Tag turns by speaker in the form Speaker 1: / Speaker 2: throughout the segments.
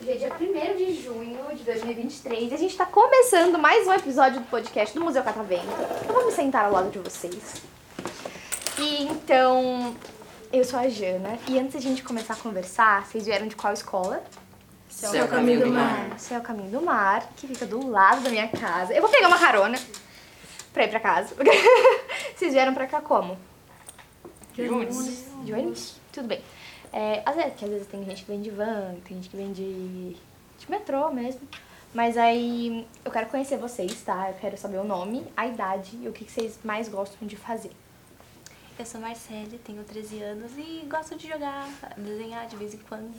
Speaker 1: Hoje é dia 1 de junho de 2023 e a gente tá começando mais um episódio do podcast do Museu Catavento. Eu vou me sentar ao lado de vocês. E então, eu sou a Jana né? e antes da gente começar a conversar, vocês vieram de qual escola?
Speaker 2: Seu Seu Caminho Caminho do do Mar. Mar.
Speaker 1: Seu Caminho do Mar, que fica do lado da minha casa. Eu vou pegar uma carona pra ir pra casa. vocês vieram pra cá como? De ônibus? Tudo bem. É, às vezes, que às vezes tem gente que vem de van, tem gente que vem de, de metrô mesmo. Mas aí eu quero conhecer vocês, tá? Eu quero saber o nome, a idade e o que que vocês mais gostam de fazer.
Speaker 2: Eu sou Marcele, tenho 13 anos e gosto de jogar, desenhar de vez em quando.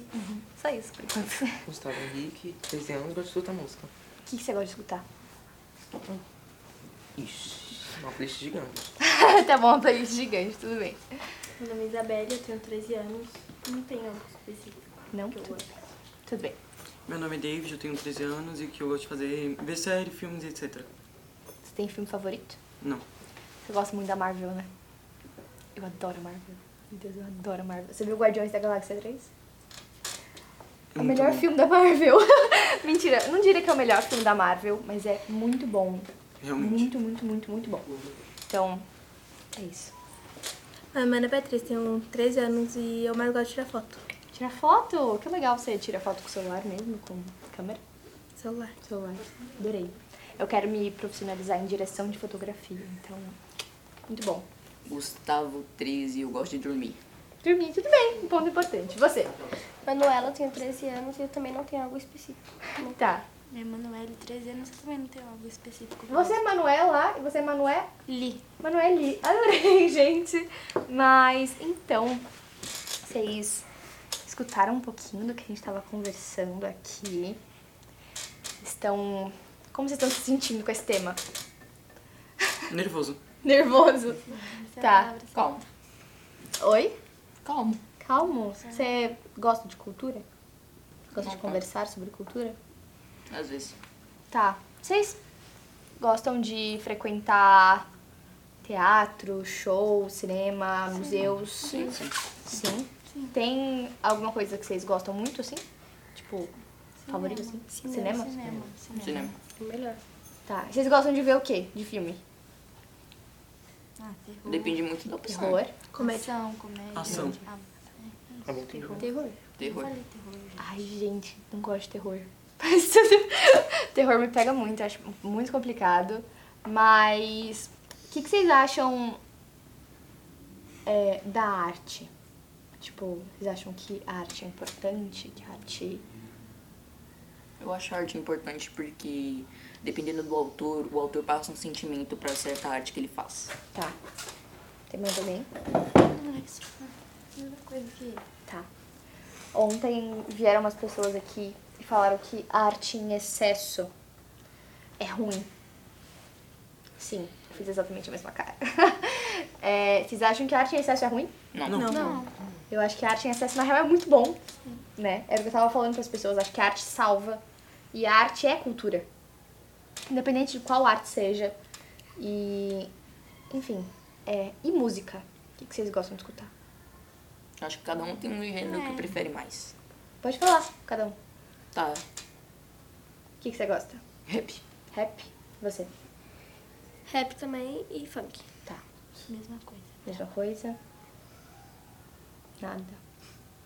Speaker 2: Só isso por enquanto.
Speaker 3: Gustavo Henrique, 13 anos, gosto de escutar música.
Speaker 1: O que que você gosta de escutar?
Speaker 3: Ixi, uma playlist gigante.
Speaker 1: tá bom, uma playlist gigante, tudo bem.
Speaker 4: Meu nome é Isabelle, eu tenho 13 anos. Não tenho algo específico
Speaker 1: Não?
Speaker 4: que eu
Speaker 1: Tudo,
Speaker 4: gosto.
Speaker 1: tudo bem.
Speaker 5: Meu nome é David, eu tenho 13 anos e o que eu gosto de fazer é ver série, filmes, etc.
Speaker 1: Você tem filme favorito?
Speaker 5: Não.
Speaker 1: Você gosta muito da Marvel, né? Eu adoro Marvel. Meu Deus, eu adoro Marvel. Você viu Guardiões da Galáxia 3? É o
Speaker 5: muito
Speaker 1: melhor
Speaker 5: bom.
Speaker 1: filme da Marvel. Mentira, não diria que é o melhor filme da Marvel, mas é muito bom.
Speaker 5: Realmente.
Speaker 1: Muito, muito, muito, muito bom. Então, é isso.
Speaker 4: A Amanda é Beatriz, tenho 13 anos e eu mais gosto de tirar foto.
Speaker 1: Tirar foto? Que legal você tira foto com o celular mesmo, com câmera.
Speaker 4: Celular.
Speaker 1: Celular. Adorei. Eu quero me profissionalizar em direção de fotografia, então, muito bom.
Speaker 6: Gustavo 13, eu gosto de dormir.
Speaker 1: Dormir, tudo bem, um ponto importante. Você?
Speaker 7: Manuela, eu tenho 13 anos e eu também não tenho algo específico.
Speaker 1: Tá.
Speaker 2: Minha Emanuele, 13 anos, eu também não tenho algo específico.
Speaker 1: Você é Manuela e você é Manué?
Speaker 2: Li.
Speaker 1: Manoeli, adorei, gente. Mas então, vocês escutaram um pouquinho do que a gente tava conversando aqui. Estão. Como vocês estão se sentindo com esse tema?
Speaker 5: Nervoso.
Speaker 1: Nervoso. Tá.
Speaker 6: Calmo.
Speaker 1: Oi?
Speaker 6: Calmo.
Speaker 1: Calmo. Você gosta de cultura? Gosta de conversar sobre cultura?
Speaker 6: Às vezes.
Speaker 1: Tá. Vocês gostam de frequentar teatro, show, cinema, museus? Sim. Sim. Tem alguma coisa que vocês gostam muito, assim? Tipo, favorito, assim? Cinema?
Speaker 2: Cinema.
Speaker 6: Cinema.
Speaker 4: É melhor.
Speaker 1: Tá. Vocês gostam de ver o quê? De filme?
Speaker 2: Ah, terror.
Speaker 6: Depende muito da opção.
Speaker 1: Terror?
Speaker 4: Comédia.
Speaker 2: Ação, comédia.
Speaker 5: Ação.
Speaker 2: Ah,
Speaker 3: Tá bom, tem
Speaker 1: Terror.
Speaker 6: Terror.
Speaker 2: falei terror, gente.
Speaker 1: Ai, gente, não gosto de terror. terror me pega muito, eu acho muito complicado. Mas o que, que vocês acham é, da arte? Tipo, vocês acham que a arte é importante? Que a arte.
Speaker 6: Eu acho a arte importante porque, dependendo do autor, o autor passa um sentimento pra certa arte que ele faz.
Speaker 1: Tá. Tem mais alguém?
Speaker 2: Não, é isso. A mesma coisa que
Speaker 1: Tá. Ontem vieram umas pessoas aqui e falaram que a arte em excesso é ruim. Sim, eu fiz exatamente a mesma cara. É, vocês acham que a arte em excesso é ruim?
Speaker 6: Não.
Speaker 5: Não.
Speaker 1: Eu acho que a arte em excesso, na real, é muito bom. Né? Era o que eu tava falando pras pessoas. Acho que a arte salva. E a arte é cultura. Independente de qual arte seja. E. Enfim. é, e música? O que que vocês gostam de escutar?
Speaker 6: Eu Acho que cada um tem um gênero que prefere mais.
Speaker 1: Pode falar, cada um. O
Speaker 6: Tá.
Speaker 1: que que você gosta?
Speaker 6: Rap.
Speaker 1: Rap? Você?
Speaker 4: Rap também e funk.
Speaker 1: Tá.
Speaker 2: mesma coisa.
Speaker 1: Mesma coisa? Nada.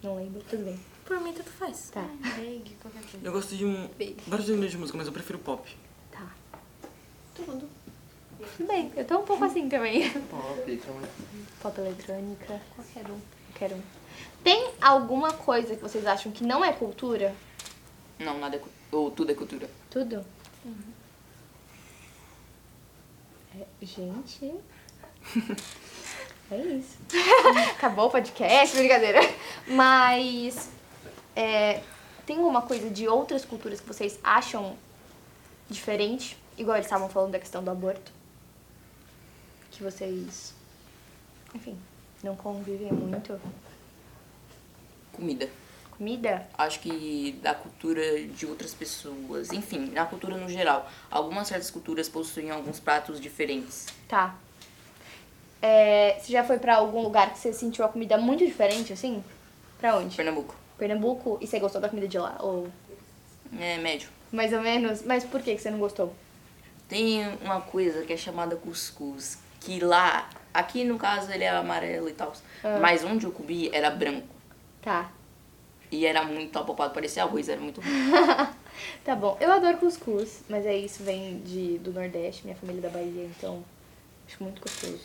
Speaker 1: Não lembro. Tudo bem.
Speaker 4: Por mim, tudo faz.
Speaker 1: Tá.
Speaker 2: Vague, qualquer coisa.
Speaker 5: Eu gosto de um... vários gêneros de música, mas eu prefiro pop.
Speaker 1: Tá. Tudo. Tudo bem. Eu tô um pouco assim também.
Speaker 3: pop, então é
Speaker 1: Pop eletrônica. Qualquer um. Qualquer um. Tem alguma coisa que vocês acham que não é cultura?
Speaker 6: Não, nada é cu- Ou tudo é cultura.
Speaker 1: Tudo? Uhum. É, gente. é isso. Acabou o podcast, brincadeira. Mas. é, tem alguma coisa de outras culturas que vocês acham diferente? Igual eles estavam falando da questão do aborto. Que vocês. Enfim, não convivem muito.
Speaker 6: Comida.
Speaker 1: Comida?
Speaker 6: acho que da cultura de outras pessoas, enfim, na cultura no geral. Algumas certas culturas possuem alguns pratos diferentes.
Speaker 1: Tá. É, você já foi pra algum lugar que você sentiu a comida muito diferente, assim? Pra onde?
Speaker 6: Pernambuco
Speaker 1: Pernambuco? E você gostou da comida de lá? Ou
Speaker 6: é médio.
Speaker 1: mais ou menos? Mas por que que você não gostou?
Speaker 6: Tem uma coisa que é chamada cuscuz, que lá, aqui no caso ele é amarelo e tal, mas onde eu comi era branco.
Speaker 1: Tá.
Speaker 6: E era muito apopado, parecia arroz, era muito ruim.
Speaker 1: Tá bom. Eu adoro cuscuz, mas é isso, vem de, do Nordeste, minha família é da Bahia, então acho muito gostoso.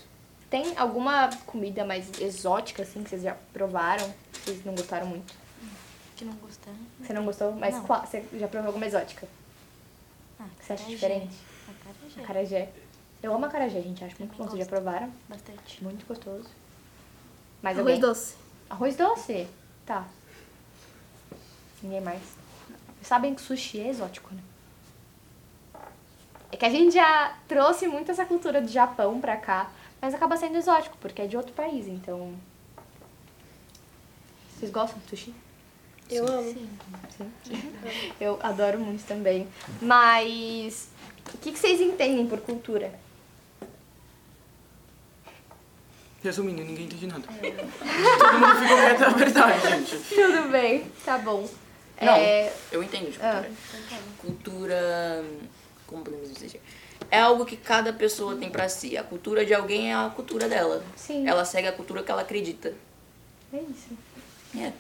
Speaker 1: Tem alguma comida mais exótica, assim, que vocês já provaram? que Vocês não gostaram muito?
Speaker 2: Que não gostar.
Speaker 1: Você não gostou? Mas
Speaker 2: Não.
Speaker 1: qual- você já provou alguma exótica?
Speaker 2: Ah,
Speaker 1: Você acha
Speaker 2: acarajé.
Speaker 1: diferente?
Speaker 2: Acarajé.
Speaker 1: Acarajé. Eu amo acarajé, gente. Acho muito
Speaker 2: Também
Speaker 1: bom. Vocês já
Speaker 2: É. gosto.
Speaker 1: provaram?
Speaker 2: Bastante.
Speaker 1: Muito gostoso. Mais
Speaker 4: Arroz
Speaker 7: é
Speaker 1: alguém?
Speaker 4: doce.
Speaker 1: Arroz doce. Tá. Ninguém mais. Sabem que sushi é exótico, né? É que a gente já trouxe muito essa cultura do Japão pra cá, mas acaba sendo exótico, porque é de outro país, então. Vocês gostam de sushi?
Speaker 7: Eu amo.
Speaker 1: Sim. Eu adoro muito também. Mas. O que, que vocês entendem por cultura?
Speaker 5: Resumindo, ninguém entende nada. Todo mundo ficou quieto, é verdade, gente.
Speaker 1: Tudo bem, tá bom.
Speaker 6: Não,
Speaker 1: É, então tá
Speaker 6: eu entendo de cultura. Cultura, como podemos dizer? É algo que cada pessoa tem pra si. A cultura de alguém é a cultura dela.
Speaker 1: Sim.
Speaker 6: Ela segue a cultura que ela acredita.
Speaker 1: é isso.
Speaker 6: É.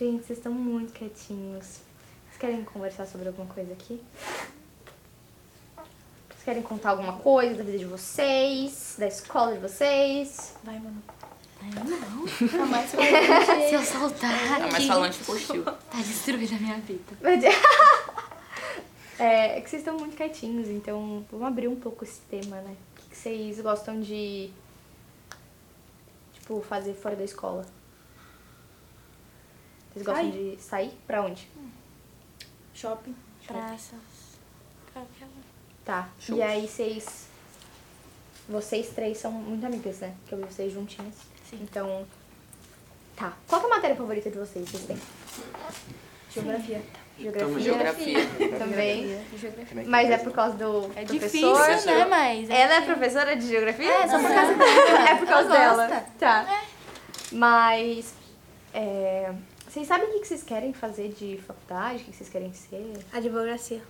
Speaker 1: Gente, vocês estão muito quietinhos. Vocês querem conversar sobre alguma coisa aqui? Vocês querem contar alguma coisa da vida de vocês, da escola de vocês?
Speaker 4: Vai, mano.
Speaker 7: Tá mais falante.
Speaker 2: Se eu soltar,
Speaker 6: Tá mais falante que hostil.
Speaker 2: tá destruída a minha vida.
Speaker 1: Mas- é, é que vocês estão muito quietinhos, então vamos abrir um pouco esse tema, né? O que que vocês gostam de, tipo, fazer fora da escola? Vocês gostam de sair? Pra onde?
Speaker 4: Shopping.
Speaker 2: Praça.
Speaker 1: Tá. E aí vocês. Vocês três são muito amigas, né? Que eu vi vocês juntinhas.
Speaker 2: Sim.
Speaker 1: Então. Tá. Qual que é a matéria favorita de vocês? Vocês têm? Geografia.
Speaker 5: Também.
Speaker 1: Geografia.
Speaker 6: Geografia.
Speaker 1: Também.
Speaker 7: Geografia.
Speaker 1: Mas é por causa do
Speaker 2: É
Speaker 1: professor.
Speaker 2: difícil, né? Mas.
Speaker 1: Ela é professora de geografia? É, só por causa dela. É por causa
Speaker 2: Ela
Speaker 1: dela. Tá. Mas. é, Vocês sabem o que que vocês querem fazer de faculdade? O que que vocês querem ser?
Speaker 4: Hum. Advocacia.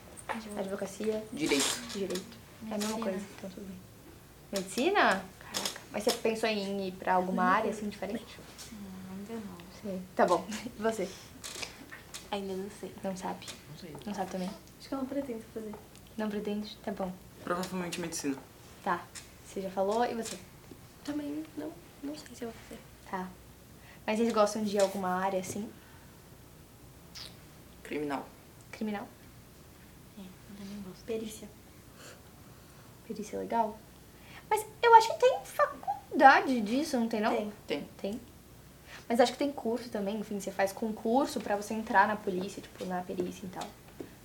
Speaker 1: Advocacia?
Speaker 6: Direito.
Speaker 1: Direito. É a mesma
Speaker 2: Medicina.
Speaker 1: coisa, então tudo bem. Medicina? Caraca. Mas você pensou em ir pra alguma área assim diferente?
Speaker 2: Ainda não.
Speaker 1: Sim. Tá bom. E você?
Speaker 2: Ainda não sei.
Speaker 1: Não sabe?
Speaker 3: Não sei.
Speaker 1: Não sabe também?
Speaker 4: Acho que eu não pretendo fazer.
Speaker 1: Não pretende? Tá bom.
Speaker 5: Provavelmente medicina.
Speaker 1: Tá. Você já falou e você?
Speaker 4: Também não, não sei se eu vou fazer.
Speaker 1: Tá. Mas vocês gostam de alguma área assim?
Speaker 6: Criminal.
Speaker 1: Criminal?
Speaker 4: Perícia.
Speaker 1: Perícia legal? Mas eu acho que tem faculdade disso, não tem não?
Speaker 4: Tem.
Speaker 6: Tem.
Speaker 1: Tem. Mas acho que tem curso também, enfim, você faz concurso pra você entrar na polícia, tipo, na perícia e tal.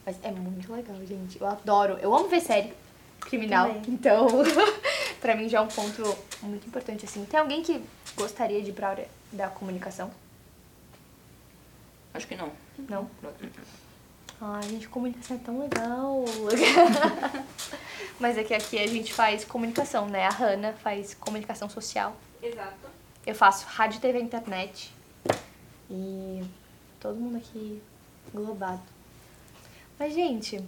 Speaker 1: Mas é muito legal, gente. Eu adoro. Eu amo ver série criminal.
Speaker 4: Também.
Speaker 1: Então, pra mim já é um ponto muito importante, assim. Tem alguém que gostaria de ir pra área da comunicação?
Speaker 6: Acho que não.
Speaker 1: Não? Ai, gente, comunicação é tão legal. Mas é que aqui a gente faz comunicação, né? A Hanna faz comunicação social.
Speaker 7: Exato.
Speaker 1: Eu faço rádio, TV, e internet. E todo mundo aqui globado. Mas, gente,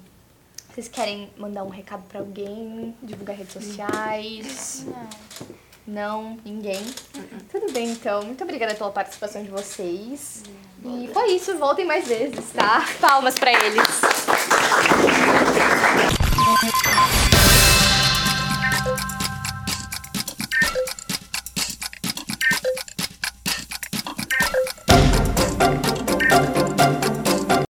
Speaker 1: vocês querem mandar um recado pra alguém? Divulgar redes sociais? Não. ninguém? Tudo bem, então. Muito obrigada pela participação de vocês. E foi isso. Voltem mais vezes, tá? Palmas pra eles.